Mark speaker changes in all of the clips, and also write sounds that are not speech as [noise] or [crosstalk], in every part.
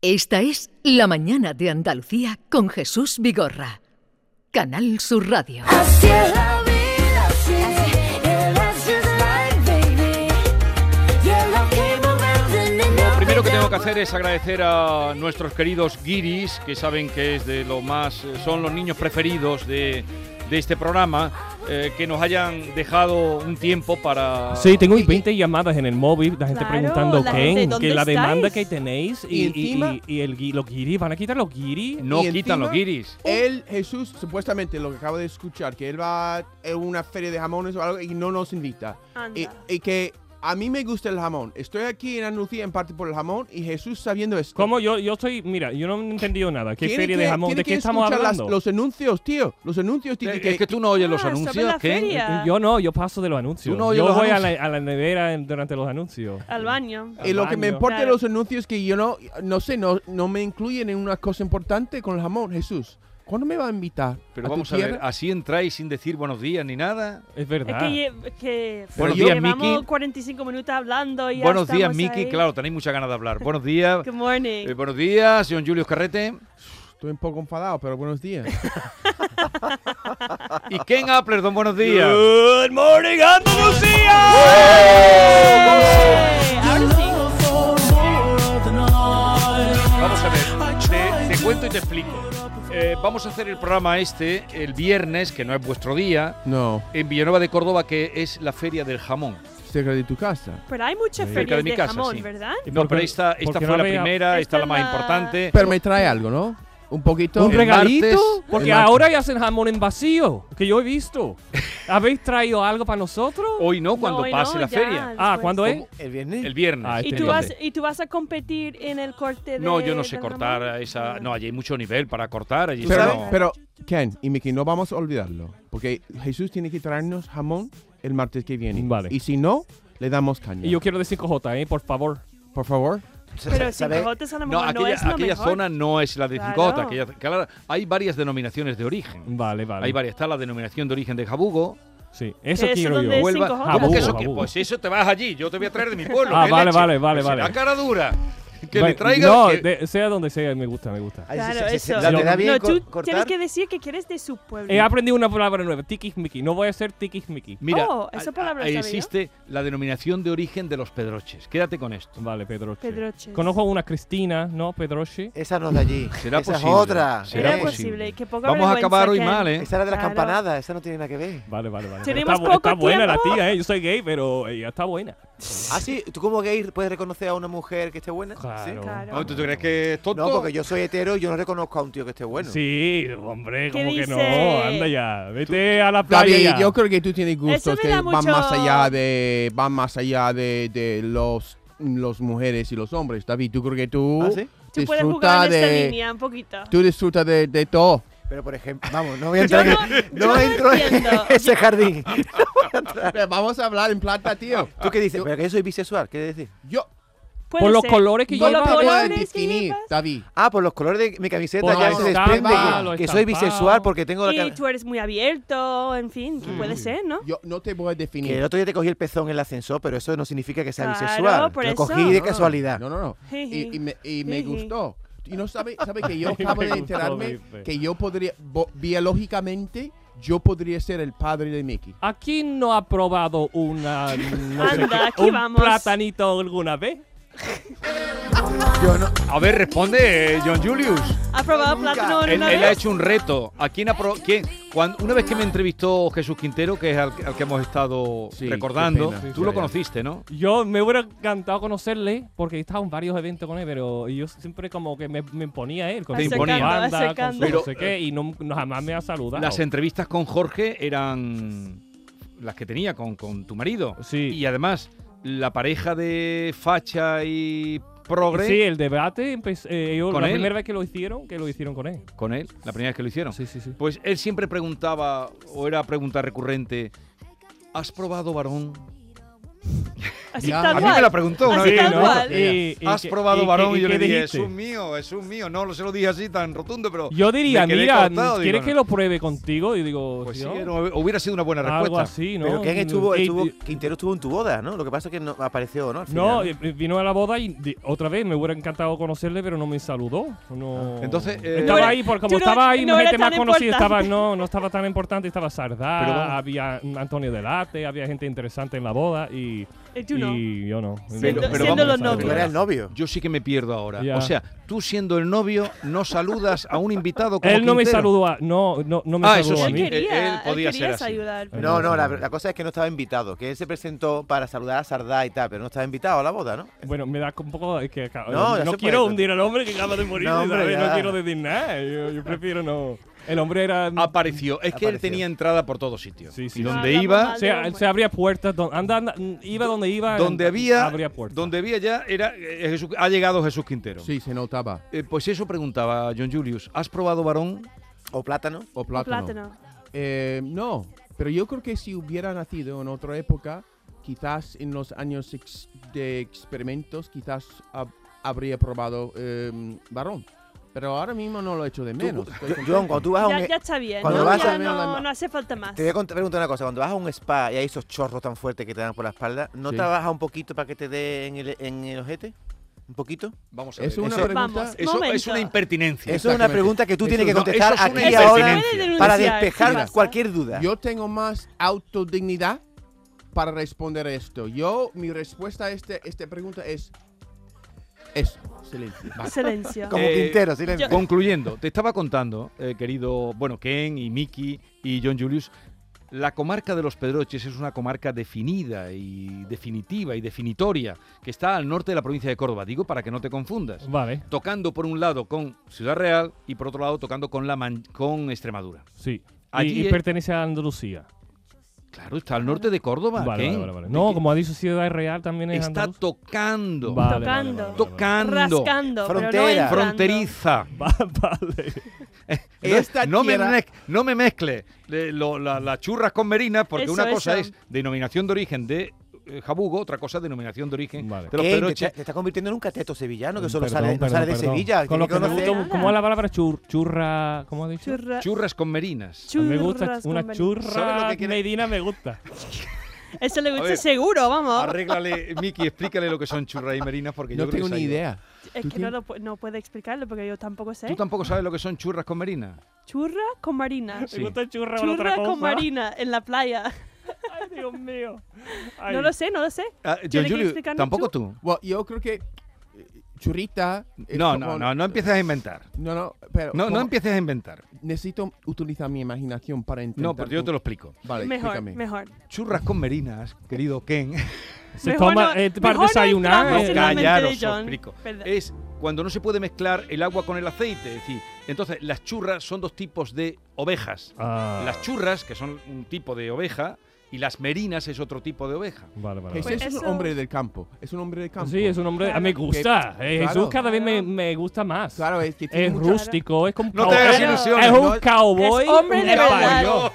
Speaker 1: Esta es La Mañana de Andalucía con Jesús Vigorra. Canal Sur Radio.
Speaker 2: Así es la vida, sí. Yeah, that's just life, baby. Yeah, love came around and it
Speaker 3: Lo
Speaker 2: never
Speaker 3: primero que tengo que hacer es agradecer a nuestros queridos guiris, que saben que es de lo más, eh, son los niños preferidos de, de este programa, eh, que nos hayan dejado un tiempo para.
Speaker 4: Sí, tengo 20 llamadas en el móvil, la gente
Speaker 5: Claro,
Speaker 4: preguntando
Speaker 5: la
Speaker 4: qué,
Speaker 5: gente,
Speaker 4: en
Speaker 5: ¿dónde
Speaker 4: que la
Speaker 5: estáis?
Speaker 4: demanda que tenéis y,
Speaker 6: Y
Speaker 4: y,
Speaker 6: encima-
Speaker 4: y- y el gui- los guiris, ¿van a quitar los guiris?
Speaker 3: No
Speaker 6: Y
Speaker 3: quitan
Speaker 6: encima-
Speaker 3: los guiris.
Speaker 5: Uh.
Speaker 6: Él, Jesús, supuestamente lo que acabo de escuchar, que él va a una feria de jamones o algo y no nos invita.
Speaker 5: Anda.
Speaker 6: Y, y que a mí me gusta el jamón. Estoy aquí en Andalucía en parte por el jamón y Jesús sabiendo esto.
Speaker 4: ¿Cómo? Yo, yo estoy, mira, yo no he entendido nada. ¿Qué
Speaker 6: Tiene
Speaker 4: feria
Speaker 6: que-
Speaker 4: de jamón?
Speaker 6: tiene
Speaker 4: ¿De qué
Speaker 6: que
Speaker 4: estamos
Speaker 6: escuchar las-
Speaker 4: hablando? Eh,
Speaker 6: los anuncios, tío. Los anuncios, tío.
Speaker 3: Eh, Es
Speaker 6: que-
Speaker 3: que, tú no oyes los
Speaker 5: Ah, sobre
Speaker 3: anuncios,
Speaker 5: la
Speaker 3: ¿qué?
Speaker 5: feria,
Speaker 4: yo no, yo paso de los anuncios.
Speaker 3: Tú no oyes
Speaker 4: yo
Speaker 3: los
Speaker 4: voy A,
Speaker 3: anuncios.
Speaker 4: la, a la nevera en- durante los anuncios.
Speaker 5: al baño.
Speaker 6: y lo que me
Speaker 4: Baño.
Speaker 6: importa de
Speaker 5: Claro.
Speaker 6: los anuncios es que yo no, no sé, no, no me incluyen en una cosa importante con el jamón, Jesús. ¿Cuándo me va a invitar?
Speaker 3: Pero
Speaker 6: ¿A tu
Speaker 3: vamos a ver,
Speaker 6: tierra?
Speaker 3: así entráis sin decir buenos días ni nada.
Speaker 4: Es
Speaker 5: Es
Speaker 4: verdad.
Speaker 5: que, lle- es que
Speaker 3: Ah. Buenos
Speaker 5: llevamos
Speaker 3: días, Miki.
Speaker 5: 45 minutos hablando y ya
Speaker 3: buenos días,
Speaker 5: estamos
Speaker 3: Miki,
Speaker 5: ahí.
Speaker 3: claro, tenéis mucha ganas de hablar. Buenos días.
Speaker 5: Good morning.
Speaker 3: eh, buenos días, señor Julio Carrete.
Speaker 4: ah.
Speaker 6: Estoy un poco enfadado, pero buenos días. [laughs]
Speaker 3: Y Ken Appler, don buenos días.
Speaker 4: Good morning, Andalucía.
Speaker 5: Eh, ahora sí.
Speaker 3: Vamos a ver, te, te cuento y te explico. Eh, vamos a hacer el programa este el viernes, que no es vuestro día,
Speaker 6: No,
Speaker 3: en Villanueva de Córdoba, que es la Feria del Jamón.
Speaker 6: cerca de tu casa.
Speaker 5: Pero hay muchas
Speaker 4: Sí.
Speaker 3: Cerca de
Speaker 5: ferias
Speaker 3: mi
Speaker 5: de,
Speaker 3: casa,
Speaker 5: jamón,
Speaker 3: sí.
Speaker 5: ¿verdad?
Speaker 4: ¿Y
Speaker 3: No,
Speaker 4: por
Speaker 3: pero
Speaker 4: qué-
Speaker 3: esta,
Speaker 4: por
Speaker 3: esta
Speaker 4: qué
Speaker 3: fue
Speaker 4: no
Speaker 3: la
Speaker 4: había-
Speaker 3: primera, esta
Speaker 5: Esta
Speaker 3: es la más
Speaker 5: es la-
Speaker 3: importante.
Speaker 6: Pero me trae algo, ¿no? Un poquito.
Speaker 4: ¿Un
Speaker 3: El
Speaker 4: regalito?
Speaker 3: martes-
Speaker 4: Porque
Speaker 6: el martes.
Speaker 4: ahora ya hacen jamón en vacío, que yo he visto. ¿Habéis traído algo para nosotros?
Speaker 5: Oh,
Speaker 3: Hoy no, cuando
Speaker 5: No, y
Speaker 3: pase
Speaker 5: no,
Speaker 3: la
Speaker 5: ya,
Speaker 3: feria.
Speaker 4: Ah,
Speaker 5: después.
Speaker 4: ¿cuándo es?
Speaker 7: ¿El viernes?
Speaker 3: El viernes.
Speaker 4: Ah,
Speaker 5: ¿Y
Speaker 4: este
Speaker 5: tú,
Speaker 4: viernes.
Speaker 5: vas, ¿Y tú vas a competir en el corte de
Speaker 3: No, yo no sé
Speaker 5: del
Speaker 3: cortar
Speaker 5: jamón?
Speaker 3: a esa. No, allí hay mucho nivel para cortar. Allí
Speaker 6: Pero,
Speaker 3: no-
Speaker 6: pero, Ken y Mickey, no vamos a olvidarlo. Porque Jesús tiene que traernos jamón el martes que viene.
Speaker 4: Vale.
Speaker 6: Y si no, le damos caña.
Speaker 4: Y yo quiero decir cojota, ¿eh? Por favor.
Speaker 6: Por favor.
Speaker 5: Pero sin
Speaker 7: ¿Sabes?
Speaker 5: cojotes a lo
Speaker 3: No,
Speaker 5: mejor no,
Speaker 3: aquella,
Speaker 5: es lo
Speaker 3: aquella
Speaker 5: mejor.
Speaker 3: zona no es la de
Speaker 5: Claro.
Speaker 3: Cicota. aquella- claro, hay varias denominaciones de origen.
Speaker 4: Vale, vale.
Speaker 3: Hay varias. Está la denominación de origen de Jabugo,
Speaker 4: Sí, eso
Speaker 5: ¿Eso
Speaker 4: quiero yo.
Speaker 5: dónde es?
Speaker 3: Huelva.
Speaker 5: cinco
Speaker 3: ¿Cómo que
Speaker 4: Jabugo,
Speaker 3: eso? que-
Speaker 4: jabugo.
Speaker 3: Pues eso te vas allí. Yo te voy a traer de mi pueblo.
Speaker 4: [laughs] Ah,
Speaker 3: ¿qué
Speaker 4: vale,
Speaker 3: leche?
Speaker 4: vale, vale,
Speaker 3: Pues
Speaker 4: vale.
Speaker 3: será cara dura. Que
Speaker 4: Bueno,
Speaker 3: le traiga.
Speaker 4: No,
Speaker 3: que-
Speaker 4: de- sea donde sea, me gusta, me gusta.
Speaker 7: Ahí
Speaker 5: Claro,
Speaker 7: se- se- se-
Speaker 5: eso.
Speaker 7: ¿La te da
Speaker 4: No,
Speaker 7: bien
Speaker 5: No,
Speaker 7: co-
Speaker 5: tú tienes
Speaker 7: cortar?
Speaker 5: que decir que quieres de su pueblo.
Speaker 3: Eh,
Speaker 4: He
Speaker 3: ah,
Speaker 4: aprendido una palabra nueva, tiquismiqui. No voy a ser tiquismiqui.
Speaker 3: Mira,
Speaker 5: Oh, esa
Speaker 3: a-
Speaker 5: palabra
Speaker 3: a-
Speaker 5: la sabía
Speaker 3: existe la denominación de origen de los pedroches. Quédate con esto.
Speaker 4: Vale, Pedroche.
Speaker 5: Pedroches.
Speaker 4: Conozco una Cristina, ¿no? Pedroche.
Speaker 7: Esa no es de allí.
Speaker 3: Será
Speaker 7: esa
Speaker 3: posible.
Speaker 7: es otra.
Speaker 3: Será
Speaker 5: Era
Speaker 7: Eh,
Speaker 3: posible.
Speaker 5: posible. que poca
Speaker 3: Vamos a
Speaker 5: vergüenza,
Speaker 3: acabar hoy
Speaker 5: Ken.
Speaker 3: mal, ¿eh?
Speaker 7: pues, Esa era de las
Speaker 5: Claro.
Speaker 7: campanadas. Esa no tiene nada que ver.
Speaker 4: Vale, vale, vale.
Speaker 5: Tenemos
Speaker 4: Pero bu-
Speaker 5: poco
Speaker 4: buena la
Speaker 5: tiempo.
Speaker 4: tía, ¿eh? Yo soy gay, pero ella está buena.
Speaker 7: Ah, sí. ¿Tú como gay puedes reconocer a una mujer que esté buena?
Speaker 4: Claro.
Speaker 7: ¿Sí?
Speaker 5: Claro.
Speaker 3: No, ¿Tú tú crees que es tonto?
Speaker 7: No, porque yo soy hetero y yo no reconozco a un tío que esté bueno.
Speaker 4: Sí, hombre,
Speaker 5: ¿Qué
Speaker 4: como que no.
Speaker 5: dice?
Speaker 4: Anda ya. Vete a la playa.
Speaker 6: David,
Speaker 4: ya.
Speaker 6: yo creo que tú tienes gustos
Speaker 5: me
Speaker 6: que
Speaker 5: da
Speaker 6: van
Speaker 5: mucho-
Speaker 6: más allá de van más allá de, de los los mujeres y los hombres. David, tú creo que tú,
Speaker 7: ¿Ah, sí?
Speaker 5: Tú puedes jugar en esta
Speaker 6: de
Speaker 5: línea un poquito.
Speaker 6: tú disfrutas de, de todo.
Speaker 7: Pero, por ejemplo, vamos, no voy a entrar, en-
Speaker 5: no- yo
Speaker 7: no
Speaker 5: no
Speaker 7: entro en
Speaker 5: entiendo.
Speaker 7: [laughs] ese jardín.
Speaker 6: Pero vamos a hablar en plata, tío.
Speaker 7: ¿Tú qué dices? Pero que yo soy bisexual, ¿qué decir?
Speaker 6: Yo
Speaker 5: Puede
Speaker 4: Por los
Speaker 5: ser.
Speaker 4: colores que
Speaker 5: Por
Speaker 4: yo
Speaker 6: no
Speaker 5: los
Speaker 6: te
Speaker 4: llevaba.
Speaker 6: puedo
Speaker 5: colores que
Speaker 6: definir,
Speaker 5: llevas.
Speaker 6: David.
Speaker 7: Ah, por los colores de mi camiseta
Speaker 4: Por
Speaker 7: ya
Speaker 6: los
Speaker 7: se desprende
Speaker 6: estampados,
Speaker 4: los
Speaker 7: que, que soy
Speaker 4: estampados.
Speaker 7: bisexual porque tengo la
Speaker 5: Y
Speaker 7: cara-
Speaker 5: tú eres muy abierto, en fin, que puede ser, ¿no?
Speaker 6: Yo no te voy a
Speaker 7: Que el
Speaker 6: definir.
Speaker 7: otro día te cogí el pezón en el ascensor, pero eso no significa que sea
Speaker 5: Claro,
Speaker 7: bisexual.
Speaker 5: por
Speaker 7: Te lo
Speaker 5: eso.
Speaker 7: cogí de
Speaker 5: No,
Speaker 7: casualidad.
Speaker 6: No, no, no. Y, y me, y me
Speaker 5: Jiji.
Speaker 6: gustó. Y no sabe, sabe que yo acabo
Speaker 4: Me
Speaker 6: de
Speaker 4: gustó,
Speaker 6: enterarme
Speaker 4: dice.
Speaker 6: que yo podría, bo- biológicamente, yo podría ser el padre de Mickey.
Speaker 4: Aquí no ha probado una. no sé
Speaker 5: Anda,
Speaker 4: qué,
Speaker 5: aquí
Speaker 4: un
Speaker 5: vamos.
Speaker 4: platanito alguna vez.
Speaker 7: Yo no-
Speaker 3: A ver, responde eh, John Julius.
Speaker 5: [laughs] ¿Has probado
Speaker 7: Nunca.
Speaker 5: plátano en
Speaker 3: Él,
Speaker 5: una
Speaker 3: él
Speaker 5: vez?
Speaker 3: ha hecho un reto. ¿A quién ha pro- quién? Cuan- una vez que me entrevistó Jesús Quintero, que es al, al que hemos estado
Speaker 6: Sí,
Speaker 3: recordando,
Speaker 6: qué pena.
Speaker 3: tú lo conociste, ¿no?
Speaker 4: Yo me hubiera encantado conocerle porque he estado en varios eventos con él, pero yo siempre como que me, me imponía él con
Speaker 3: Te
Speaker 4: su
Speaker 3: imponía.
Speaker 4: banda, con su
Speaker 5: Acercando,
Speaker 4: no
Speaker 3: acercando.
Speaker 4: sé qué, y no, no jamás me ha saludado.
Speaker 3: Las entrevistas con Jorge eran las que tenía con, con tu marido.
Speaker 4: Sí.
Speaker 3: Y además, la pareja de Facha y Progre
Speaker 4: Sí, el debate empezó, eh, yo-
Speaker 3: ¿Con
Speaker 4: la
Speaker 3: él?
Speaker 4: primera vez que lo hicieron, que lo hicieron con él.
Speaker 3: con él, la primera vez que lo hicieron.
Speaker 4: Sí, sí, sí.
Speaker 3: Pues él siempre preguntaba, o era pregunta recurrente, ¿has probado varón?
Speaker 5: Así
Speaker 6: Ya,
Speaker 5: tal
Speaker 6: a
Speaker 7: A
Speaker 6: mí
Speaker 7: mí me
Speaker 5: cual.
Speaker 7: lo preguntó una
Speaker 5: Así
Speaker 7: vez.
Speaker 5: tal
Speaker 7: ¿no?
Speaker 5: cual.
Speaker 4: Y- y
Speaker 7: Has
Speaker 4: qué-
Speaker 7: probado varón y,
Speaker 4: qué-
Speaker 7: yo le
Speaker 4: qué
Speaker 7: dije, es
Speaker 4: dijiste?
Speaker 7: un mío, es un mío. No, se lo dije así tan rotundo, pero.
Speaker 4: Yo diría,
Speaker 7: me quedé
Speaker 4: mira,
Speaker 7: cortado, digo,
Speaker 4: ¿quieres
Speaker 7: no.
Speaker 4: que lo pruebe contigo? Y digo,
Speaker 7: Pues sí,
Speaker 4: "Tío,
Speaker 7: no, hubiera sido una buena respuesta.
Speaker 4: algo así, ¿no? Mm,
Speaker 7: Pero que estuvo,
Speaker 4: Y-
Speaker 7: estuvo,
Speaker 4: y-
Speaker 7: Quintero estuvo en tu boda, ¿no? Lo que pasa es que no apareció, ¿no? Al final,
Speaker 4: No, eh, vino a la boda y di- otra vez me hubiera encantado conocerle, pero no me saludó. No.
Speaker 7: Entonces, eh,
Speaker 4: estaba
Speaker 5: Bueno,
Speaker 4: ahí, porque como
Speaker 5: tú no-
Speaker 4: estaba ahí,
Speaker 5: no era
Speaker 4: gente más
Speaker 5: tan
Speaker 4: conocida, estaba,
Speaker 5: importante.
Speaker 4: no, no estaba tan importante, estaba Sardá,
Speaker 7: Pero vamos.
Speaker 4: había mm, Antonio Delate, había gente interesante en la boda y,
Speaker 5: Y Eh, tú no.
Speaker 4: y yo no.
Speaker 5: Siendo-
Speaker 4: Yo no
Speaker 5: siendo
Speaker 4: me saludé.
Speaker 5: los
Speaker 7: novios.
Speaker 5: novios.
Speaker 7: Tú eras
Speaker 6: el novio.
Speaker 3: Yo sí que me pierdo ahora.
Speaker 4: Ya.
Speaker 3: O sea, tú siendo el novio, no saludas a un invitado como
Speaker 4: Él no me
Speaker 3: Quintero.
Speaker 4: saludó a, no, no, no me
Speaker 3: Ah,
Speaker 4: saludó
Speaker 3: eso
Speaker 4: a
Speaker 5: Él
Speaker 3: sí.
Speaker 4: mí.
Speaker 3: Eh,
Speaker 5: quería,
Speaker 3: él podía
Speaker 5: él quería
Speaker 3: ser así.
Speaker 5: ayudar. pero-
Speaker 7: No, no, la, la cosa es que no estaba invitado, que él se presentó para saludar a Sardá y tal, pero no estaba invitado a la boda, ¿no?
Speaker 4: Bueno, me da un poco de que acá-
Speaker 7: No, ya
Speaker 4: no
Speaker 7: se
Speaker 4: quiero
Speaker 7: puede.
Speaker 4: hundir al hombre que acaba de morir,
Speaker 7: No, hombre,
Speaker 4: ¿sabes?
Speaker 7: ya.
Speaker 4: No quiero decir nada. Yo, yo prefiero no. El hombre era
Speaker 7: Ah,
Speaker 3: Apareció. Es que él
Speaker 7: Apareció.
Speaker 3: tenía entrada por todos sitios.
Speaker 4: Sí, sí,
Speaker 3: Y
Speaker 4: sí.
Speaker 3: donde
Speaker 5: Ah, la
Speaker 3: iba,
Speaker 5: mamá.
Speaker 4: se, se abría puertas, don- anda, anda, iba donde iba.
Speaker 3: donde había,
Speaker 4: Abría puertas.
Speaker 3: donde había ya era eh, Jesús- ha llegado Jesús Quintero.
Speaker 6: Sí, se notaba.
Speaker 3: Eh, pues eso preguntaba John Julius. ¿Has probado varón?
Speaker 7: O plátano.
Speaker 6: O plátano.
Speaker 5: Plátano.
Speaker 6: Eh, no, pero yo creo que si hubiera nacido en otra época, quizás en los años ex- de experimentos, quizás hab- habría probado eh, varón. Pero ahora mismo no lo echo de menos. estoy
Speaker 7: Yo-
Speaker 6: contento.
Speaker 7: John, cuando tú vas a un.
Speaker 5: Ya, ya está bien.
Speaker 7: cuando
Speaker 5: ¿no?
Speaker 7: vas
Speaker 5: Ya
Speaker 6: a-
Speaker 5: no, no hace falta más.
Speaker 7: Te voy a cont- preguntar una cosa, cuando vas a un spa y hay esos chorros tan fuertes que te dan por la espalda, ¿no
Speaker 6: Sí.
Speaker 7: te baja un poquito para que te dé en el, en el ojete? ¿Un poquito?
Speaker 3: Vamos a
Speaker 6: es
Speaker 3: ver.
Speaker 6: una
Speaker 7: Eso-
Speaker 6: pregunta.
Speaker 5: Vamos.
Speaker 3: Eso es
Speaker 5: Momento.
Speaker 3: una impertinencia.
Speaker 7: Eso es una
Speaker 6: Exactamente.
Speaker 7: pregunta que tú
Speaker 6: Eso
Speaker 7: tienes que
Speaker 6: no-
Speaker 3: eso
Speaker 7: contestar
Speaker 3: es una
Speaker 7: aquí y
Speaker 5: Eso
Speaker 7: ahora
Speaker 5: puede denunciar,
Speaker 7: para
Speaker 5: ¿qué
Speaker 7: despejar
Speaker 5: pasa?
Speaker 7: cualquier duda.
Speaker 6: Yo tengo más autodignidad para responder esto. Yo, mi respuesta a este, esta pregunta es eso, silencio. Vale.
Speaker 5: Silencio.
Speaker 7: Como
Speaker 3: Eh,
Speaker 7: Quintero, silencio.
Speaker 5: yo-
Speaker 3: Concluyendo, te estaba contando, eh, querido, bueno, Ken y Mickey y John Julius, la comarca de los Pedroches es una comarca definida y definitiva y definitoria que está al norte de la provincia de Córdoba, digo para que no te confundas,
Speaker 4: Vale,
Speaker 3: tocando por un lado con Ciudad Real y por otro lado tocando con la Man- con Extremadura.
Speaker 4: sí. Y-
Speaker 3: Allí
Speaker 4: y,
Speaker 3: es-
Speaker 4: pertenece a Andalucía.
Speaker 3: Claro, está al norte de Córdoba.
Speaker 4: Vale, vale,
Speaker 3: Ken.
Speaker 4: vale, vale. No, como ha dicho Ciudad Real también es
Speaker 3: está
Speaker 4: Andalucía.
Speaker 3: tocando,
Speaker 4: Vale, vale,
Speaker 5: Tocando.
Speaker 4: vale, vale, vale.
Speaker 3: tocando,
Speaker 5: Rascando. pero no
Speaker 7: Frontera.
Speaker 5: entrando.
Speaker 3: fronteriza.
Speaker 4: Va- [laughs] vale.
Speaker 3: Entonces,
Speaker 6: Esta
Speaker 3: Eh, no, me
Speaker 6: tierra-
Speaker 3: mez- no me mezcle eh, lo- la- las churras con merinas, porque
Speaker 5: Eso,
Speaker 3: una cosa
Speaker 5: eso.
Speaker 3: es denominación de origen de eh, Jabugo, otra cosa es denominación de origen
Speaker 4: Vale.
Speaker 3: de los
Speaker 7: Ken, te,
Speaker 3: Pedroches.
Speaker 7: está- te estás convirtiendo en un cateto sevillano que solo
Speaker 4: Mm, Perdón,
Speaker 7: sale, no
Speaker 4: perdón,
Speaker 7: sale de
Speaker 4: perdón.
Speaker 7: Sevilla.
Speaker 4: Con lo
Speaker 7: tiene
Speaker 4: que
Speaker 7: que
Speaker 4: me
Speaker 5: no
Speaker 7: conocer-
Speaker 4: gusta, ¿Cómo es la palabra chur- churra? ¿Cómo ha dicho?
Speaker 5: Churra.
Speaker 3: Churras con merinas.
Speaker 4: A mí me gusta
Speaker 5: churras
Speaker 4: una
Speaker 5: con
Speaker 3: ¿Sabes lo
Speaker 4: churra
Speaker 3: que quiere-
Speaker 4: medina me gusta.
Speaker 5: vainilla. Eso le
Speaker 3: A
Speaker 5: gusta
Speaker 3: ver.
Speaker 5: seguro, vamos.
Speaker 3: Arréglale, Miki, explícale lo que son churras y merinas, porque
Speaker 6: No
Speaker 3: yo creo
Speaker 6: tengo
Speaker 3: que
Speaker 6: ni
Speaker 3: se ha ido.
Speaker 6: idea.
Speaker 5: Es
Speaker 6: ¿Tú
Speaker 5: que no,
Speaker 6: tienes-
Speaker 5: lo pu- no puedo explicarlo porque yo tampoco sé.
Speaker 3: ¿Tú tampoco sabes lo que son churras con merinas?
Speaker 5: Churra con marina.
Speaker 3: Sí.
Speaker 4: Me gusta churra, con otra
Speaker 5: Churra
Speaker 4: cosa.
Speaker 5: con marina en la playa.
Speaker 4: Ay, Dios mío. Ay.
Speaker 5: No lo sé, no lo sé.
Speaker 3: Ah,
Speaker 5: ¿Tiene que
Speaker 3: Julio,
Speaker 5: explicarnos
Speaker 3: tampoco tú.
Speaker 6: Bueno, yo creo que eh, churrita. es
Speaker 3: No,
Speaker 6: como-
Speaker 3: no, no, no empieces a inventar.
Speaker 6: No, no, pero.
Speaker 3: No,
Speaker 6: como-
Speaker 3: no empieces a inventar.
Speaker 6: Necesito utilizar mi imaginación para entender.
Speaker 3: No, pero yo te lo explico.
Speaker 6: Vale,
Speaker 5: mejor,
Speaker 6: explícame.
Speaker 5: mejor.
Speaker 3: Churras con merinas, querido Ken.
Speaker 4: Se
Speaker 5: Mejor
Speaker 4: toma
Speaker 5: no-
Speaker 4: eh, para
Speaker 5: mejor no
Speaker 4: desayunar.
Speaker 5: entramos
Speaker 4: eh,
Speaker 5: en la mente de
Speaker 3: Callaros, os
Speaker 5: John.
Speaker 3: explico.
Speaker 5: Perdón.
Speaker 3: Es cuando no se puede mezclar el agua con el aceite. Es decir, entonces las churras son dos tipos de ovejas.
Speaker 4: Ah,
Speaker 3: Las churras, que son un tipo de oveja, y las merinas es otro tipo de oveja.
Speaker 4: Vale, vale.
Speaker 6: Jesús
Speaker 4: vale.
Speaker 5: Pues
Speaker 6: es un
Speaker 5: eso-
Speaker 6: hombre del campo. Es un hombre del campo.
Speaker 4: Sí, es un hombre.
Speaker 5: Claro.
Speaker 4: Me gusta. Eh,
Speaker 6: claro.
Speaker 4: Jesús cada vez me, me gusta más.
Speaker 6: Claro, es que tiene
Speaker 4: Es
Speaker 6: mucha-
Speaker 4: rústico, es como
Speaker 3: No te hagas
Speaker 4: es-
Speaker 3: ilusiones,
Speaker 4: Es
Speaker 6: ¿no?
Speaker 4: un
Speaker 6: Es
Speaker 4: cowboy.
Speaker 5: Es hombre
Speaker 4: un
Speaker 5: de
Speaker 4: español.
Speaker 5: verdad.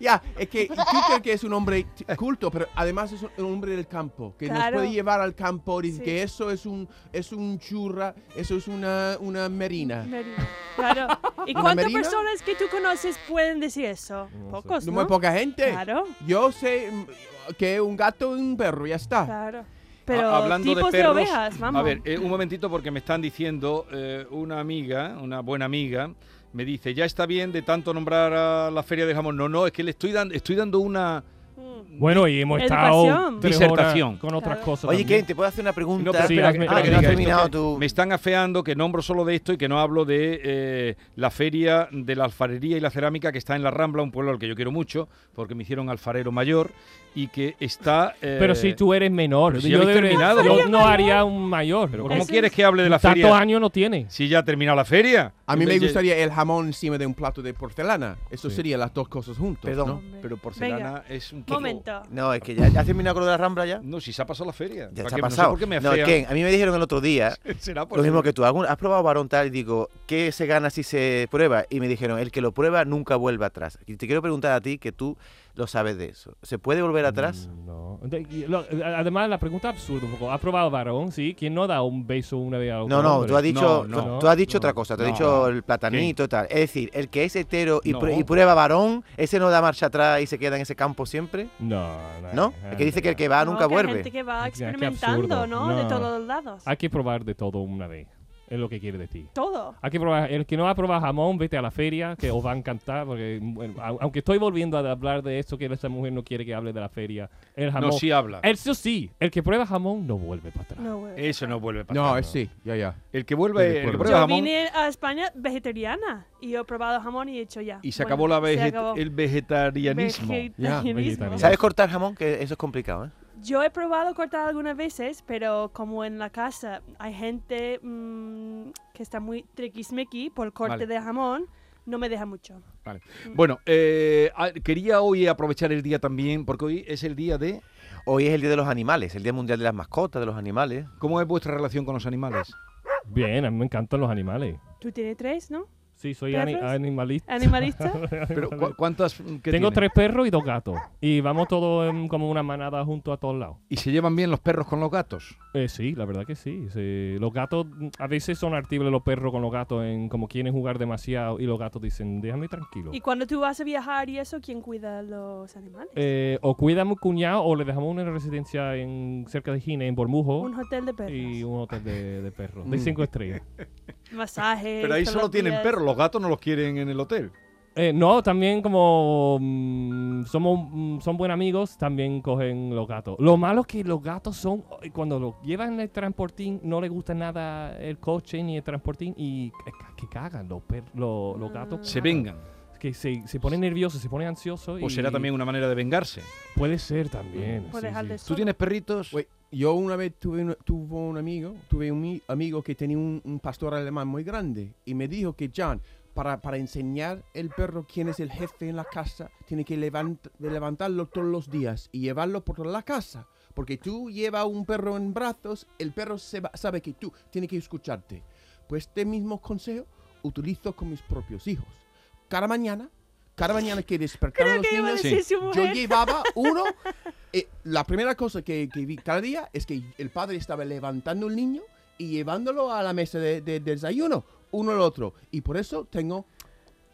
Speaker 6: Ya, es que tú crees que es un hombre t- culto, pero además es un un hombre del campo, que
Speaker 5: Claro.
Speaker 6: nos puede llevar al campo y dice
Speaker 5: Sí.
Speaker 6: que eso es un es un churra, eso es una, una merina.
Speaker 5: Marina. Ah.
Speaker 3: [laughs]
Speaker 5: Claro. ¿Y
Speaker 6: ¿Una
Speaker 5: cuántas
Speaker 6: marina?
Speaker 5: personas que tú conoces pueden decir eso?
Speaker 4: No sé.
Speaker 5: Pocos,
Speaker 6: No
Speaker 5: ¿no?
Speaker 6: muy poca gente.
Speaker 5: Claro,
Speaker 6: Yo sé mm, que un gato y un perro, ya está.
Speaker 5: claro. Pero
Speaker 3: A- hablando
Speaker 5: tipos de,
Speaker 3: perros,
Speaker 5: ovejas, vamos.
Speaker 3: A ver, eh, un momentito porque me están diciendo eh, una amiga, una buena amiga, me dice, ya está bien de tanto nombrar a la feria del jamón. No, no, es que le estoy, dando estoy dando una...
Speaker 5: Mm.
Speaker 4: Bueno, y hemos estado
Speaker 5: Educación.
Speaker 4: tres
Speaker 3: Disertación.
Speaker 4: horas con otras
Speaker 5: Claro.
Speaker 4: cosas.
Speaker 7: Oye,
Speaker 4: también.
Speaker 7: Ken, te puedo hacer una pregunta. Ah,
Speaker 3: No, pero
Speaker 4: Sí,
Speaker 3: espera,
Speaker 4: hazme-
Speaker 3: espera,
Speaker 4: hazme
Speaker 3: que
Speaker 4: la
Speaker 3: diga
Speaker 7: no has
Speaker 3: esto,
Speaker 7: terminado
Speaker 3: que
Speaker 7: tu-
Speaker 3: Me están afeando que nombro solo de esto y que no hablo de eh, la feria de la alfarería y la cerámica que está en La Rambla, un pueblo al que yo quiero mucho, porque me hicieron alfarero mayor y que está... eh,
Speaker 4: Pero si tú eres menor,
Speaker 3: pero si
Speaker 4: yo,
Speaker 3: habéis
Speaker 4: debería-
Speaker 3: terminado.
Speaker 4: yo no
Speaker 5: Mayor.
Speaker 4: haría un mayor.
Speaker 3: ¿Pero
Speaker 4: porque
Speaker 3: cómo
Speaker 5: Eso
Speaker 3: quieres que hable de la
Speaker 4: tantos
Speaker 3: feria
Speaker 4: años no tiene.
Speaker 3: si ya ha terminado la feria?
Speaker 6: A mí me
Speaker 3: Oye,
Speaker 6: gustaría el jamón encima de un plato de porcelana. Eso
Speaker 3: Sí.
Speaker 6: sería las dos cosas juntos.
Speaker 7: Perdón.
Speaker 6: ¿no?
Speaker 3: Pero porcelana es un poco...
Speaker 5: Momento.
Speaker 7: No, es que ya, ¿ya has terminado con lo de la rambla ya.
Speaker 3: No, si se ha pasado la feria.
Speaker 7: Ya
Speaker 3: ¿Para
Speaker 7: está
Speaker 3: qué?
Speaker 7: pasado.
Speaker 3: No sé por qué me
Speaker 7: no,
Speaker 3: afean.
Speaker 7: Ken, a mí me dijeron el otro día
Speaker 3: [laughs] Será por
Speaker 7: lo mismo
Speaker 3: eso.
Speaker 7: que tú. ¿Algún- ¿Has probado varón tal? Y digo, ¿qué se gana si se prueba? Y me dijeron, el que lo prueba nunca vuelve atrás. Y te quiero preguntar a ti, que tú lo sabes de eso. ¿Se puede volver atrás?
Speaker 4: Mm, No. De- y lo- además, la pregunta es absurda un poco. ¿Ha probado varón? Sí. ¿Quién no da un beso una vez a otro
Speaker 7: No, no,
Speaker 4: hombre?
Speaker 7: tú has dicho,
Speaker 3: No, no,
Speaker 7: tú- tú has dicho
Speaker 4: no,
Speaker 7: otra cosa, tú has
Speaker 3: no.
Speaker 7: dicho el platanito y tal. Es decir, el que es hetero y,
Speaker 3: No.
Speaker 7: pr- y prueba varón, ese no da marcha atrás y se queda en ese campo siempre,
Speaker 3: Eh,
Speaker 4: No, no.
Speaker 7: ¿no? El que dice que el que
Speaker 3: Ah,
Speaker 7: va
Speaker 5: No,
Speaker 7: nunca
Speaker 5: que hay gente
Speaker 7: vuelve.
Speaker 5: que va
Speaker 4: Ya, qué absurdo.
Speaker 5: experimentando, ¿no? De
Speaker 4: No.
Speaker 5: todos los lados.
Speaker 4: Hay que probar de todo una vez. Es lo que quiere de ti.
Speaker 5: Todo.
Speaker 4: Hay que probar. El que no ha probado jamón, vete a la feria, que os va a encantar. Porque, bueno, au- aunque estoy volviendo a hablar de esto, que esta mujer no quiere que hable de la feria. El jamón. Eh,
Speaker 3: No, sí habla.
Speaker 4: Eso sí, el que prueba jamón no vuelve para atrás.
Speaker 5: No, güey.
Speaker 3: Eso no vuelve para
Speaker 6: No,
Speaker 3: atrás.
Speaker 6: es sí, ya, ya.
Speaker 3: El que
Speaker 6: Estoy de
Speaker 3: vuelve, el que
Speaker 6: acuerdo.
Speaker 3: prueba
Speaker 5: Yo
Speaker 3: jamón
Speaker 5: vine a España vegetariana y yo he probado jamón y he hecho ya.
Speaker 3: y se
Speaker 5: Bueno,
Speaker 3: acabó, la veget-
Speaker 5: acabó.
Speaker 3: el vegetarianismo.
Speaker 5: Vegetarianismo.
Speaker 4: vegetarianismo.
Speaker 7: ¿Sabes cortar jamón? Que eso es complicado, ¿eh?
Speaker 5: Yo he probado cortar algunas veces, pero como en la casa hay gente mm, que está muy triquismiqui por corte
Speaker 3: Vale.
Speaker 5: de jamón, no me deja mucho.
Speaker 3: Vale. Bueno, eh, ah, quería hoy aprovechar el día también, porque hoy es el día de...
Speaker 7: Hoy es el Día de los Animales, el Día Mundial de las Mascotas, de los animales.
Speaker 3: ¿Cómo es vuestra relación con los
Speaker 4: [laughs]
Speaker 3: animales?
Speaker 4: Bien, a mí me encantan los animales.
Speaker 5: Tú tienes tres, ¿no?
Speaker 4: Sí, soy ani-
Speaker 5: ¿Perros?
Speaker 4: animalista.
Speaker 5: Animalista.
Speaker 3: Pero, ¿cu- ¿Cuántas mm, que
Speaker 4: Tengo
Speaker 3: tiene?
Speaker 4: tres perros y dos gatos. Y vamos todos en como una manada junto a todos lados.
Speaker 3: ¿Y se llevan bien los perros con los gatos?
Speaker 4: Eh, sí, la verdad que sí. sí. Los gatos, mm, a veces son artibles los perros con los gatos, en como quieren jugar demasiado y los gatos dicen, déjame tranquilo.
Speaker 5: y cuando tú vas a viajar y eso, ¿quién cuida los animales?
Speaker 4: Eh, o cuida a mi cuñado o le dejamos una residencia en cerca de Gine, en Bormujo,
Speaker 5: Un hotel de perros.
Speaker 4: y un hotel de, de perros,
Speaker 3: Mm.
Speaker 4: de cinco estrellas.
Speaker 5: Masajes.
Speaker 3: Pero ahí
Speaker 5: todos
Speaker 3: solo
Speaker 5: los
Speaker 3: tienen
Speaker 5: días.
Speaker 3: perros, los gatos no los quieren en el hotel.
Speaker 4: Eh, no, también como mm, somos mm, son buenos amigos, también cogen los gatos. Lo malo es que los gatos son, eh, cuando los llevan en el transportín, no les gusta nada el coche ni el transportín y c- c- que cagan los, per- los,
Speaker 5: Ah.
Speaker 4: los gatos.
Speaker 3: Se
Speaker 4: cagan.
Speaker 3: vengan.
Speaker 4: Que se, se ponen nerviosos, se ponen ansiosos.
Speaker 3: ¿O
Speaker 4: y-
Speaker 3: será también una manera de vengarse?
Speaker 4: Puede ser también.
Speaker 5: Por
Speaker 4: sí,
Speaker 5: dejarles
Speaker 4: sí.
Speaker 3: ¿Tú
Speaker 5: solo.
Speaker 3: tienes perritos?
Speaker 6: Wait, Pues, Yo una vez tuve un, tuve un amigo, tuve un mi- amigo que tenía un, un pastor alemán muy grande y me dijo que John, para, para enseñar el perro quién es el jefe en la casa, tiene que levant- levantarlo todos los días y llevarlo por la casa. Porque tú llevas un perro en brazos, el perro se va- sabe que tú tienes que escucharte. Pues este mismo consejo utilizo con mis propios hijos. Cada mañana, cada mañana que despertaron
Speaker 5: Creo
Speaker 6: los
Speaker 5: que iba a
Speaker 6: niños,
Speaker 5: decir su
Speaker 6: yo
Speaker 5: mujer.
Speaker 6: llevaba uno. eh, la primera cosa que, que vi cada día es que el padre estaba levantando un niño y llevándolo a la mesa de, de desayuno, uno al otro. Y por eso tengo.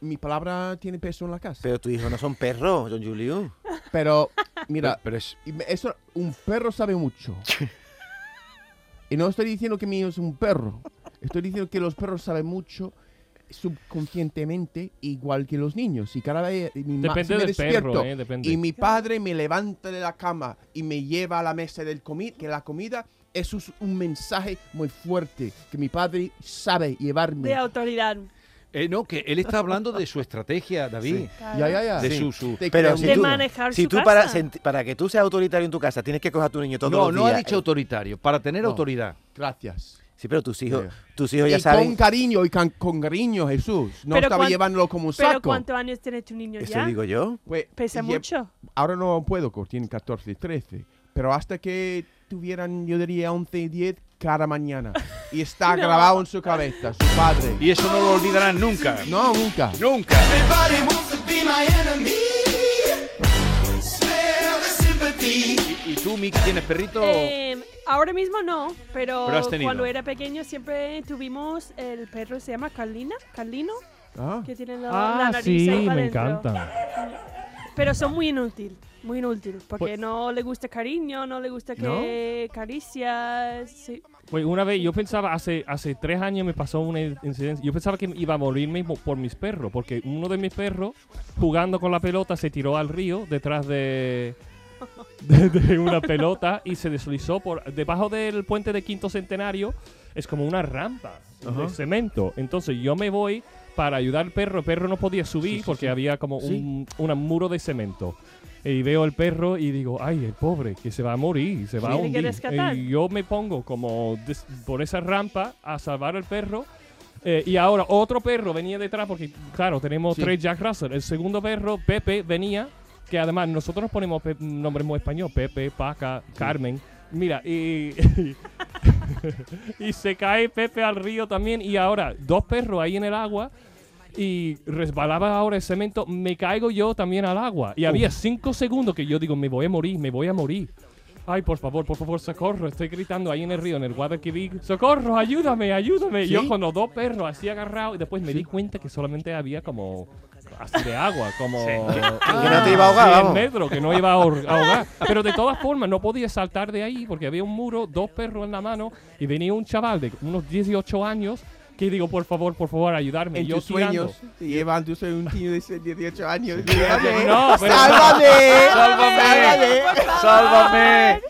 Speaker 6: Mi palabra tiene peso en la casa.
Speaker 7: Pero tu hijo no son perros, John Julius.
Speaker 6: Pero, mira,
Speaker 3: Pero es...
Speaker 6: y me- eso, un perro sabe mucho. Y no estoy diciendo que mi hijo es un perro. Estoy diciendo que los perros saben mucho subconscientemente, igual que los niños. Y cada vez mi ma- si
Speaker 4: Depende
Speaker 6: me
Speaker 4: del
Speaker 6: despierto
Speaker 4: perro, eh, depende.
Speaker 6: y mi padre me levanta de la cama y me lleva a la mesa del comi que la comida, eso es un mensaje muy fuerte que mi padre sabe llevarme.
Speaker 5: De autoridad.
Speaker 3: Eh, no, que él está hablando de su [laughs] estrategia, David.
Speaker 5: claro.
Speaker 6: Ya, ya, ya.
Speaker 3: De
Speaker 7: Sí.
Speaker 3: su... su-
Speaker 6: Te
Speaker 7: Pero
Speaker 6: creo
Speaker 7: si
Speaker 5: De
Speaker 6: mucho.
Speaker 7: tú,
Speaker 5: manejar
Speaker 7: si
Speaker 5: su
Speaker 7: tú para,
Speaker 5: casa.
Speaker 7: sent- para que tú seas autoritario en tu casa, tienes que coger a tu niño todos
Speaker 3: No,
Speaker 7: los días. Eh,
Speaker 3: no ha dicho autoritario, para tener
Speaker 6: No.
Speaker 3: autoridad.
Speaker 6: Gracias.
Speaker 7: Sí, pero tus hijos,
Speaker 6: Mira.
Speaker 7: tus hijos ya
Speaker 6: Y con
Speaker 7: saben.
Speaker 6: cariño y can- con cariño, Jesús. No
Speaker 5: Pero
Speaker 6: estaba
Speaker 5: cuan-
Speaker 6: llevándolo como un
Speaker 5: Pero
Speaker 6: saco.
Speaker 5: ¿cuántos años tiene tu niño
Speaker 7: Eso
Speaker 5: ya?
Speaker 7: digo yo.
Speaker 6: Pues,
Speaker 5: Pesa
Speaker 6: lle-
Speaker 5: mucho.
Speaker 6: Ahora no puedo, cor- tienen 14, 13. Pero hasta que tuvieran, yo diría, 11 y 10 cada mañana.
Speaker 5: [laughs]
Speaker 6: Y está grabado en su cabeza, su padre.
Speaker 3: Y eso no lo olvidarán nunca.
Speaker 6: No, nunca.
Speaker 3: Nunca. ¿Y, y tú, Mick, tienes perrito?
Speaker 5: Eh, ahora mismo no, pero,
Speaker 3: Pero has tenido.
Speaker 5: cuando era pequeño siempre tuvimos el perro se llama Carlina, Carlino,
Speaker 6: Ah,
Speaker 5: que tiene la, la
Speaker 4: Ah,
Speaker 5: nariz
Speaker 4: sí,
Speaker 5: ahí para
Speaker 4: me
Speaker 5: dentro.
Speaker 4: encanta.
Speaker 5: Pero son muy inútil, muy inútil, porque
Speaker 6: Pues-
Speaker 5: no le gusta cariño, no le gusta que caricias. sí.
Speaker 4: Pues una vez yo pensaba, hace, hace tres años me pasó una incidencia. Yo pensaba que iba a morirme mo- por mis perros, porque uno de mis perros, jugando con la pelota, se tiró al río detrás de, de, de una pelota y se deslizó por debajo del puente de Quinto Centenario. Es como una rampa de cemento. Entonces yo me voy para ayudar al perro. El perro no podía subir porque había como un, un muro de cemento. Y veo al perro y digo, ay, el pobre, que se va a morir, se va a
Speaker 5: Tiene que
Speaker 4: hundir.
Speaker 5: rescatar.
Speaker 4: Y yo me pongo como des- por esa rampa a salvar al perro. Eh, y ahora otro perro venía detrás, porque claro, tenemos
Speaker 6: Sí.
Speaker 4: tres Jack Russell. El segundo perro, Pepe, venía, que además nosotros nos ponemos pe- nombres muy español, Pepe, Paca, Carmen. Mira, y, [laughs] y se cae Pepe al río también. Y ahora, dos perros ahí en el agua. y resbalaba ahora el cemento, me caigo yo también al agua. Y había cinco segundos que yo digo, me voy a morir, me voy a morir. Ay, por favor, por favor, socorro. Estoy gritando ahí en el río, en el Guadalquivir. Socorro, ayúdame, ayúdame. Y Yo con los dos perros así agarrados. Y después me di cuenta que solamente había como así de agua, como... Ah,
Speaker 7: Que no te iba a ahogar,
Speaker 4: 100
Speaker 7: vamos.
Speaker 4: metros, que no iba a ahor- a ahogar. Pero de todas formas, no podía saltar de ahí porque había un muro, dos perros en la mano y venía un chaval de unos 18 años que digo, por favor, por favor, ayudarme.
Speaker 6: En
Speaker 4: Y yo
Speaker 6: tus
Speaker 4: tirando.
Speaker 6: sueños te llevan, tú soy un niño de 18 años.
Speaker 4: No, pero-
Speaker 6: ¡Sálvame!
Speaker 3: ¡Sálvame! ¡Sálvame!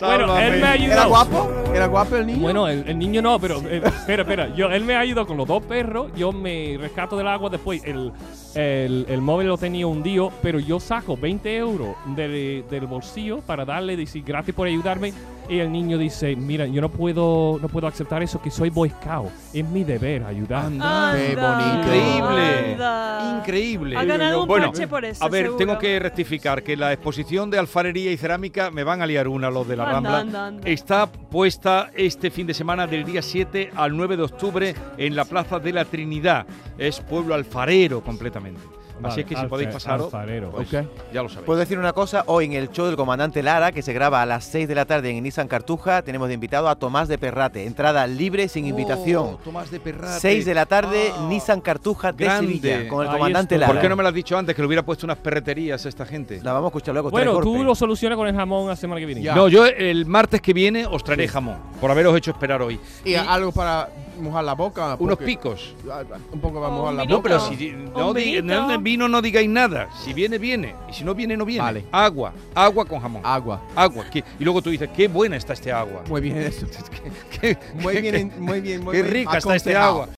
Speaker 4: Bueno, él me ayudó.
Speaker 6: ¿Era guapo? ¿Era guapo el niño?
Speaker 4: Bueno, el, el niño no, pero eh, espera, espera. Yo, él me ha ido con los dos perros, yo me rescato del agua, después el, el, el móvil lo tenía hundido, pero yo saco 20 euros del, del bolsillo para darle, decir gracias por ayudarme. Y el niño dice, mira, yo no puedo, no puedo aceptar eso, que soy boy scout. Es mi deber ayudar.
Speaker 6: ¡Qué
Speaker 5: Anda,
Speaker 6: bonito!
Speaker 3: Increíble.
Speaker 5: anda.
Speaker 3: Increíble.
Speaker 5: Ha ganado un
Speaker 3: bueno,
Speaker 5: parche por eso,
Speaker 3: a ver,
Speaker 5: seguro.
Speaker 3: tengo que rectificar que la exposición de alfarería y cerámica me van a liar una los de la
Speaker 5: Anda,
Speaker 3: Rambla.
Speaker 5: anda, anda.
Speaker 3: Está puesta este fin de semana del día 7 al 9 de octubre en la Plaza de la Trinidad. Es pueblo alfarero completamente. Así
Speaker 4: Vale,
Speaker 3: es que si
Speaker 4: alfa-
Speaker 3: podéis pasaros,
Speaker 4: alfarero.
Speaker 3: pues,
Speaker 6: Ok.
Speaker 3: ya lo sabéis.
Speaker 7: Puedo decir una cosa, hoy en el show del comandante Lara, que se graba a las 6 de la tarde en Nissan Cartuja, tenemos de invitado a Tomás de Perrate. Entrada libre sin invitación.
Speaker 3: Oh, Tomás de Perrate.
Speaker 7: 6 de la tarde,
Speaker 3: Ah.
Speaker 7: Nissan Cartuja de
Speaker 3: Grande.
Speaker 7: Sevilla, con el
Speaker 4: Ahí
Speaker 7: comandante
Speaker 4: estoy.
Speaker 7: Lara.
Speaker 3: ¿Por qué no me lo has dicho antes que le hubiera puesto unas perreterías a esta gente?
Speaker 7: La vamos a escuchar luego.
Speaker 4: Bueno,
Speaker 7: tres
Speaker 4: tú
Speaker 7: golpes.
Speaker 4: lo solucionas con el jamón la semana que viene.
Speaker 6: Ya.
Speaker 3: No, yo el martes que viene os traeré jamón, por haberos hecho esperar hoy.
Speaker 6: Y ah, algo para mojar la boca.
Speaker 3: Unos
Speaker 6: porque-
Speaker 3: picos.
Speaker 6: Ah, Un poco para
Speaker 5: Oh,
Speaker 6: mojar la
Speaker 5: mira.
Speaker 3: No,
Speaker 6: boca.
Speaker 3: pero si no,
Speaker 5: Un
Speaker 3: di-
Speaker 5: vinito.
Speaker 3: no- vino no digáis nada. Si viene, viene. Y si no viene, no viene.
Speaker 6: Vale.
Speaker 3: Agua, agua con jamón.
Speaker 6: Agua.
Speaker 3: Agua. que- y luego tú dices, qué buena está este agua.
Speaker 6: Muy bien eso.
Speaker 3: [laughs] Qué-
Speaker 6: Muy bien, muy bien, muy
Speaker 3: qué
Speaker 6: bien
Speaker 3: rica está este
Speaker 6: aconsejado.
Speaker 3: agua.